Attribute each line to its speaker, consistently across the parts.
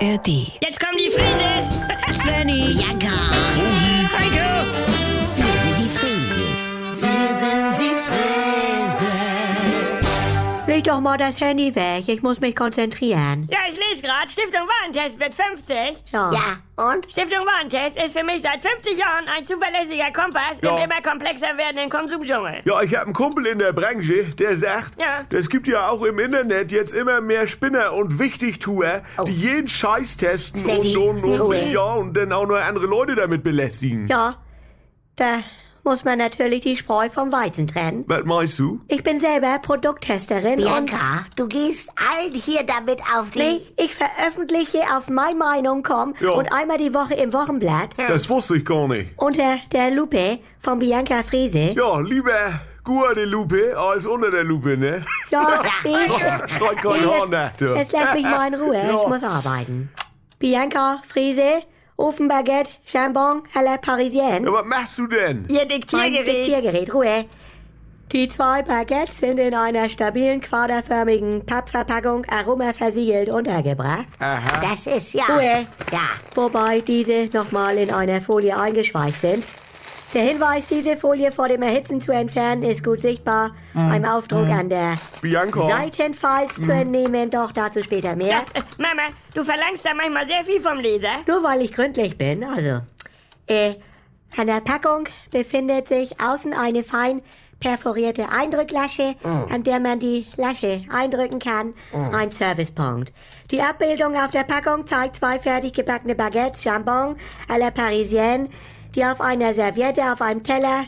Speaker 1: ARD.
Speaker 2: Jetzt kommen die Frises!
Speaker 3: Svenny, Jagger,
Speaker 2: Heiko!
Speaker 3: wir sind die Frieses. Wir sind die Frieses.
Speaker 4: Leg doch mal das Handy weg, ich muss mich konzentrieren.
Speaker 2: Ja, ich lese gerade, Stiftung Warentest wird 50.
Speaker 4: Ja.
Speaker 3: Ja, und?
Speaker 2: Stiftung Warentest ist für mich seit 50 Jahren ein zuverlässiger Kompass
Speaker 5: Ja.
Speaker 2: im immer komplexer werdenden Konsumdschungel.
Speaker 5: Ja, ich hab einen Kumpel in der Branche, der sagt,
Speaker 2: Ja.
Speaker 5: das gibt ja auch im Internet jetzt immer mehr Spinner und Wichtigtuer,
Speaker 4: Oh.
Speaker 5: die jeden Scheiß testen
Speaker 3: Steady.
Speaker 5: und, und, und,
Speaker 3: Ruhe.
Speaker 5: ja, und dann auch noch andere Leute damit belästigen.
Speaker 4: Ja, da muss man natürlich die Spreu vom Weizen trennen.
Speaker 5: Was meinst du?
Speaker 4: Ich bin selber Produkttesterin und
Speaker 3: Bianca, du gehst allen hier damit auf die...
Speaker 4: ich, ich veröffentliche auf meinmeinung.com
Speaker 5: Ja.
Speaker 4: und einmal die Woche im Wochenblatt
Speaker 5: Das wusste ich gar nicht.
Speaker 4: unter der Lupe von Bianca Friese.
Speaker 5: Ja, lieber Guadeloupe als unter der Lupe, ne?
Speaker 4: Ja,
Speaker 5: Oh, schreit kein Horn ne? nach,
Speaker 4: ich,
Speaker 5: du.
Speaker 4: jetzt, jetzt lass mich mal in Ruhe, ich muss arbeiten. Bianca Friese, Ofenbaguette, Jambon à la Parisienne.
Speaker 5: Ja, was machst du denn?
Speaker 2: Ihr
Speaker 4: Mein
Speaker 2: Diktiergerät.
Speaker 4: Diktiergerät, Ruhe. Die zwei Baguettes sind in einer stabilen, quaderförmigen Pappverpackung aromaversiegelt untergebracht,
Speaker 5: Aha.
Speaker 3: Das ist ja...
Speaker 4: Ruhe.
Speaker 3: Ja,
Speaker 4: wobei diese nochmal in einer Folie eingeschweißt sind. Der Hinweis, diese Folie vor dem Erhitzen zu entfernen, ist gut sichtbar. Ein Aufdruck an der
Speaker 5: Bianca.
Speaker 4: Seitenfalz zu entnehmen, doch dazu später mehr.
Speaker 2: Äh, Mama, du verlangst da manchmal sehr viel vom Leser.
Speaker 4: Nur weil ich gründlich bin, also. Äh, an der Packung befindet sich außen eine fein perforierte Eindrücklasche, an der man die Lasche eindrücken kann. Ein Servicepunkt. Die Abbildung auf der Packung zeigt zwei fertig gebackene Baguettes, Jambon à la Parisienne, die auf einer Serviette auf einem Teller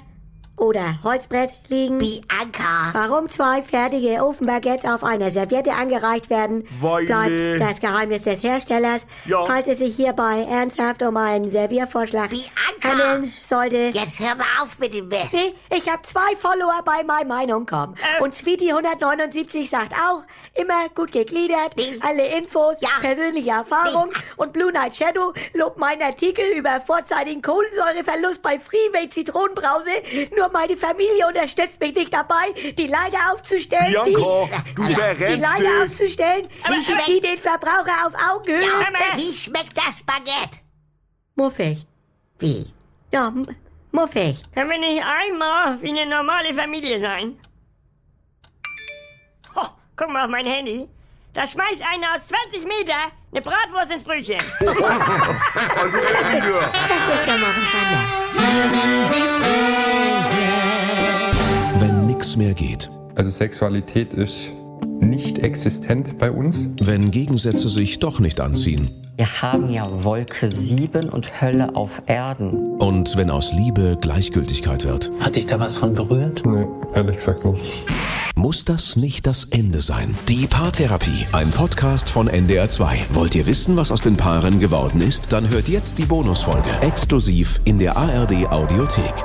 Speaker 4: oder Holzbrett liegen.
Speaker 3: Bianca.
Speaker 4: Warum zwei fertige Ofenbaguettes auf einer Serviette angereicht werden,
Speaker 5: Weil-
Speaker 4: bleibt das Geheimnis des Herstellers.
Speaker 5: Ja.
Speaker 4: Falls es sich hierbei ernsthaft um einen Serviervorschlag
Speaker 3: Bianca!
Speaker 4: handeln sollte.
Speaker 3: Jetzt hör mal auf mit dem Mist.
Speaker 4: Nee, ich habe zwei Follower bei My Meinung kommen.
Speaker 2: Äh.
Speaker 4: Und Sweetie179 sagt auch, immer gut gegliedert,
Speaker 3: Nee.
Speaker 4: alle Infos,
Speaker 3: Ja.
Speaker 4: persönliche Erfahrung. Und Blue Night Shadow lobt meinen Artikel über vorzeitigen Kohlensäureverlust bei Freeway Zitronenbrause. Nur meine Familie unterstützt mich nicht dabei, die Leiter aufzustellen.
Speaker 5: Bianca,
Speaker 4: die,
Speaker 5: du
Speaker 4: die, die
Speaker 5: verrennst
Speaker 4: Leiter
Speaker 5: dich.
Speaker 4: aufzustellen,
Speaker 2: aber-
Speaker 4: die den Verbraucher auf Augenhöhe.
Speaker 3: Ja,
Speaker 2: Mama.
Speaker 3: wie schmeckt das Baguette?
Speaker 4: Muffig.
Speaker 3: Wie?
Speaker 4: Ja, m- muffig.
Speaker 2: Können wir nicht einmal wie eine normale Familie sein? Oh, guck mal auf mein Handy. Da schmeißt einer aus 20 Meter eine Bratwurst ins Brötchen.
Speaker 5: Also, ehrlich, ja.
Speaker 4: Das ist ja mal was anderes.
Speaker 6: Wenn nix mehr geht.
Speaker 7: Also Sexualität ist nicht existent bei uns.
Speaker 6: Wenn Gegensätze sich doch nicht anziehen.
Speaker 8: Wir haben ja Wolke 7 und Hölle auf Erden.
Speaker 6: Und wenn aus Liebe Gleichgültigkeit wird.
Speaker 9: Hat dich da was von berührt?
Speaker 7: Nee, ehrlich gesagt nicht.
Speaker 6: Muss das nicht das Ende sein? Die Paartherapie, ein Podcast von NDR2. Wollt ihr wissen, was aus den Paaren geworden ist? Dann hört jetzt die Bonusfolge exklusiv in der ARD Audiothek.